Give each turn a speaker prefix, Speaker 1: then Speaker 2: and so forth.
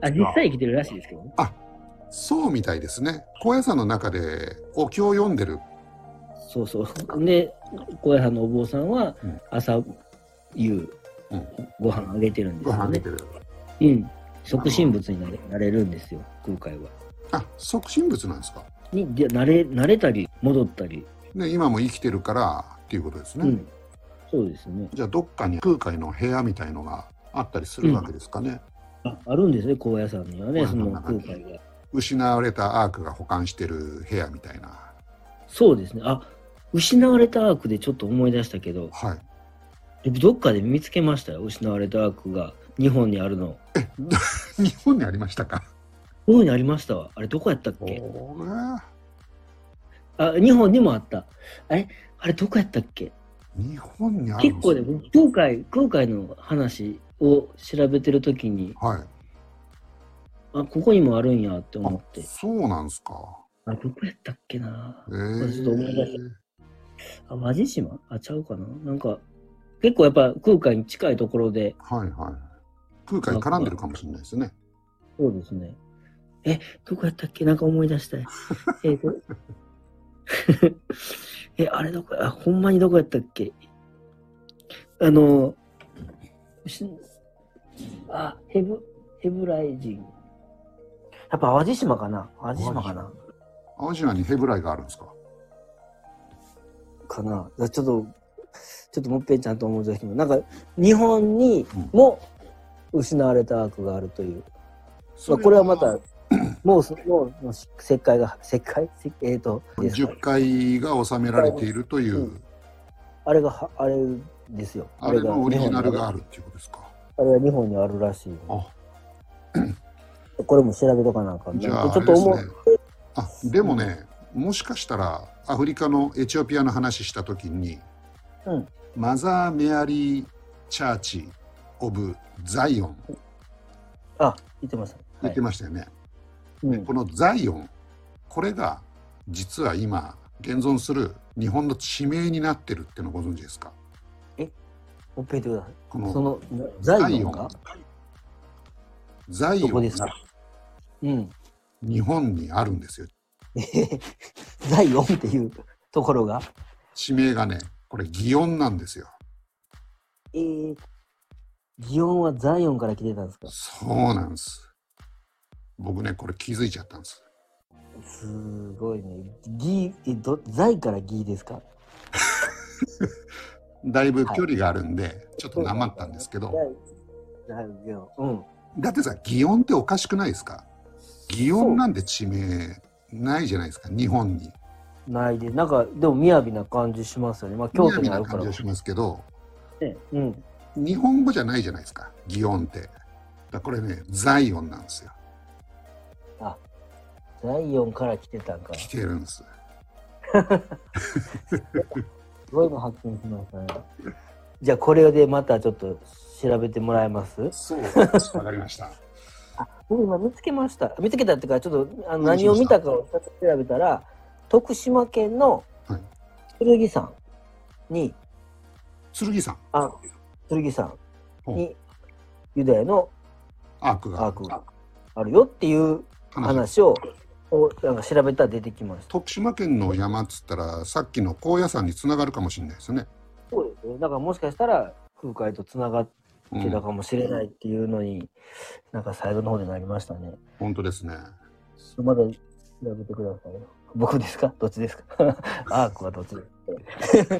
Speaker 1: あ、実際生きてるらしいですけどね。
Speaker 2: そうみたいですね。高野山の中でお経を読んでる。
Speaker 1: そうそう。で、小屋さんのお坊さんは
Speaker 2: うん
Speaker 1: 朝、夕、
Speaker 2: うん
Speaker 1: ご飯あげてるんです
Speaker 2: ご飯
Speaker 1: よ
Speaker 2: あげ
Speaker 1: ね
Speaker 2: て。る。
Speaker 1: うん。促進物になれなれるんですよ、空海は。
Speaker 2: あ、促進物なんですか。
Speaker 1: に、で、慣れ、慣れたり、戻ったり。
Speaker 2: ね、今も生きてるからっていうことですね。
Speaker 1: うん。そうですね。
Speaker 2: じゃあどっかに空海の部屋みたいのがあったりするわけですかね。
Speaker 1: ああるんですね、高野山にはね、
Speaker 2: 高野
Speaker 1: そ
Speaker 2: 山の
Speaker 1: の
Speaker 2: 中
Speaker 1: 空
Speaker 2: に
Speaker 1: 海が。
Speaker 2: 失われたアークが保管してる部屋みたいな。
Speaker 1: そうですね。あ、失われたアークでちょっと思い出したけど、
Speaker 2: はい。
Speaker 1: どっかで見つけましたよ、失われたアークが。日本にあるの。
Speaker 2: 日本にありましたか。
Speaker 1: 日本にありましたわ。あれ、どこやったっ
Speaker 2: お
Speaker 1: け
Speaker 2: ー
Speaker 1: あ、日本にもあった。あれあれ、どこやったっけ
Speaker 2: 日本にあるん
Speaker 1: 結
Speaker 2: です
Speaker 1: 構ね、僕空海、空海の話を調べてるときに、
Speaker 2: はい。
Speaker 1: あ、ここにもあるんやって思って
Speaker 2: あ、。そうなんですか。
Speaker 1: あ、どこやったっけな
Speaker 2: えー、
Speaker 1: ちょっと思い出しあ、和路島あ、ちゃうかななんか、結構やっぱ空海に近いところで、
Speaker 2: はいはい。空海絡んでるかもしれないですね。
Speaker 1: そうですね。え、どこやったっけなんか思い出したい。えー、これ え、あれどこや、あほんまにどこやったっけあの、しあ、ヘブ、ヘブライ人。やっぱ淡路島かな淡路島かな
Speaker 2: 淡路島にヘブライがあるんですか。
Speaker 1: かなだちょっと、ちょっともっぺんちゃんと思うときも、なんか、日本にも失われた悪があるという。まあ、これはま た、もうそ、もう、石灰が、石灰石えっ、と、ですか
Speaker 2: 10回が収められているという、
Speaker 1: うんあれがは、あれですよ。
Speaker 2: あれのオリジナルが
Speaker 1: あ
Speaker 2: あ
Speaker 1: る。
Speaker 2: るっていうことですか。
Speaker 1: あれは日本にあるらしい。
Speaker 2: あ、
Speaker 1: これも調べとかなんかね
Speaker 2: じゃあ
Speaker 1: ちょっと思う、
Speaker 2: あれであでもね、もしかしたらアフリカのエチオピアの話したときに、
Speaker 1: うん
Speaker 2: マザー・メアリー・チャーチ・オブ・ザイオン
Speaker 1: あ、言ってます。
Speaker 2: 言って
Speaker 1: ま
Speaker 2: ましたよね。
Speaker 1: す。うん
Speaker 2: このザイオン、これが実は今現存する日本の地名になってるっていうのご存知ですか
Speaker 1: もっぺん言ってくださ
Speaker 2: こ
Speaker 1: い。
Speaker 2: の
Speaker 1: その、ザイオンが
Speaker 2: ザイ
Speaker 1: ど
Speaker 2: オ
Speaker 1: こ
Speaker 2: ン
Speaker 1: です
Speaker 2: が
Speaker 1: かうん。
Speaker 2: 日本にあるんですよ。
Speaker 1: ザイオンっていうところが。
Speaker 2: 地名がね、これ擬音なんですよ。
Speaker 1: えー、擬音はザイオンから来てたんですか
Speaker 2: そうなんです。僕ね、これ気づいちゃったんです。
Speaker 1: すごいね。ギー、えど、ザイからギーですか
Speaker 2: だいぶ距離があるんで、ちょっとなまったんですけど、
Speaker 1: ザイザイオン。うん。
Speaker 2: だってさ、擬音っておかしくないですか擬音なんで地名ないじゃないですか、日本に。
Speaker 1: ないで、なんか、でも、雅な感じしますよね。まあ、京都にあ
Speaker 2: な
Speaker 1: るか
Speaker 2: 感
Speaker 1: ら
Speaker 2: じが。しますけど、
Speaker 1: ねうん。
Speaker 2: 日本語じゃないじゃないですか、擬音って。だからこれね、ザイオンなんですよ。
Speaker 1: ザイオンから来てたんか。
Speaker 2: 来
Speaker 1: す
Speaker 2: てるんです。
Speaker 1: ごいの発見しましたね。じゃあ、これでまたちょっと調べてもらえます
Speaker 2: そう、わかりま した。
Speaker 1: 僕今見つけました。見つけたっていうか、ちょっとあの
Speaker 2: 何し
Speaker 1: 何
Speaker 2: ま
Speaker 1: を
Speaker 2: した
Speaker 1: 見たかを調べたら、徳島県の
Speaker 2: はい
Speaker 1: 剣山に、
Speaker 2: 剣さん、
Speaker 1: あ、剣山にユダヤの
Speaker 2: アークが
Speaker 1: アークがあるよっていう話を、をなんか調べたら出てきました。
Speaker 2: 徳島県の山っつったらさっきの高野山につながるかもしれないですね。
Speaker 1: そうですね。だからもしかしたら空海とつながっ
Speaker 2: うん
Speaker 1: てたかもしれないっていうのに、なんか最後の方でなりましたね。
Speaker 2: 本当ですね。
Speaker 1: まだ調 べてください。僕ですかどっちですかアークはどっちですか